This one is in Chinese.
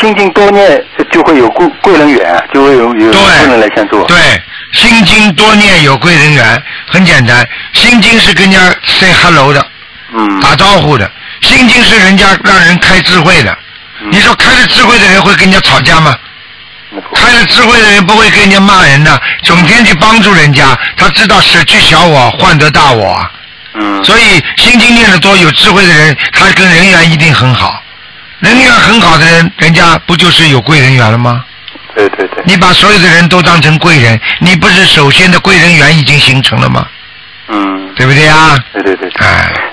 心经多念，就会有贵贵人缘，就会有有贵人来相助。对，心经多念有贵人缘，很简单。心经是跟人家 say hello 的，嗯，打招呼的。心经是人家让人开智慧的。嗯你说开了智慧的人会跟人家吵架吗？那不开了智慧的人不会跟人家骂人的，整天去帮助人家，他知道舍去小我，换得大我啊。嗯，所以心经念得多、有智慧的人，他跟人缘一定很好。人缘很好的人，人家不就是有贵人缘了吗？对对对，你把所有的人都当成贵人，你不是首先的贵人缘已经形成了吗？嗯，对不对啊？对对对。对哎，